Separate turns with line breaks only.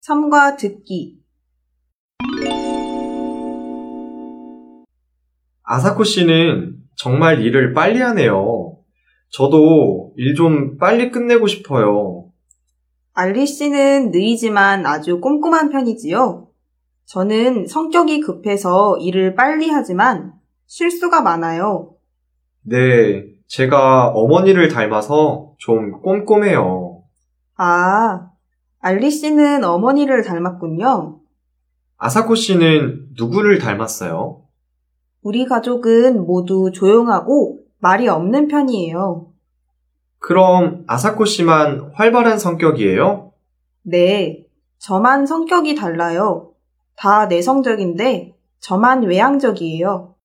섬과 듣기.
아사코 씨는 정말 일을 빨리 하네요. 저도 일 좀 빨리 끝내고 싶어요.
알리 씨는 느리지만 아주 꼼꼼한 편이지요. 저는 성격이 급해서 일을 빨리 하지만 실수가 많아요.
네, 제가 어머니를 닮아서 좀 꼼꼼해요.
아, 알리 씨는 어머니를 닮았군요.
아사코 씨는 누구를 닮았어요?
우리 가족은 모두 조용하고 말이 없는 편이에요.
그럼 아사코 씨만 활발한 성격이에요?
네, 저만 성격이 달라요. 다 내성적인데 저만 외향적이에요.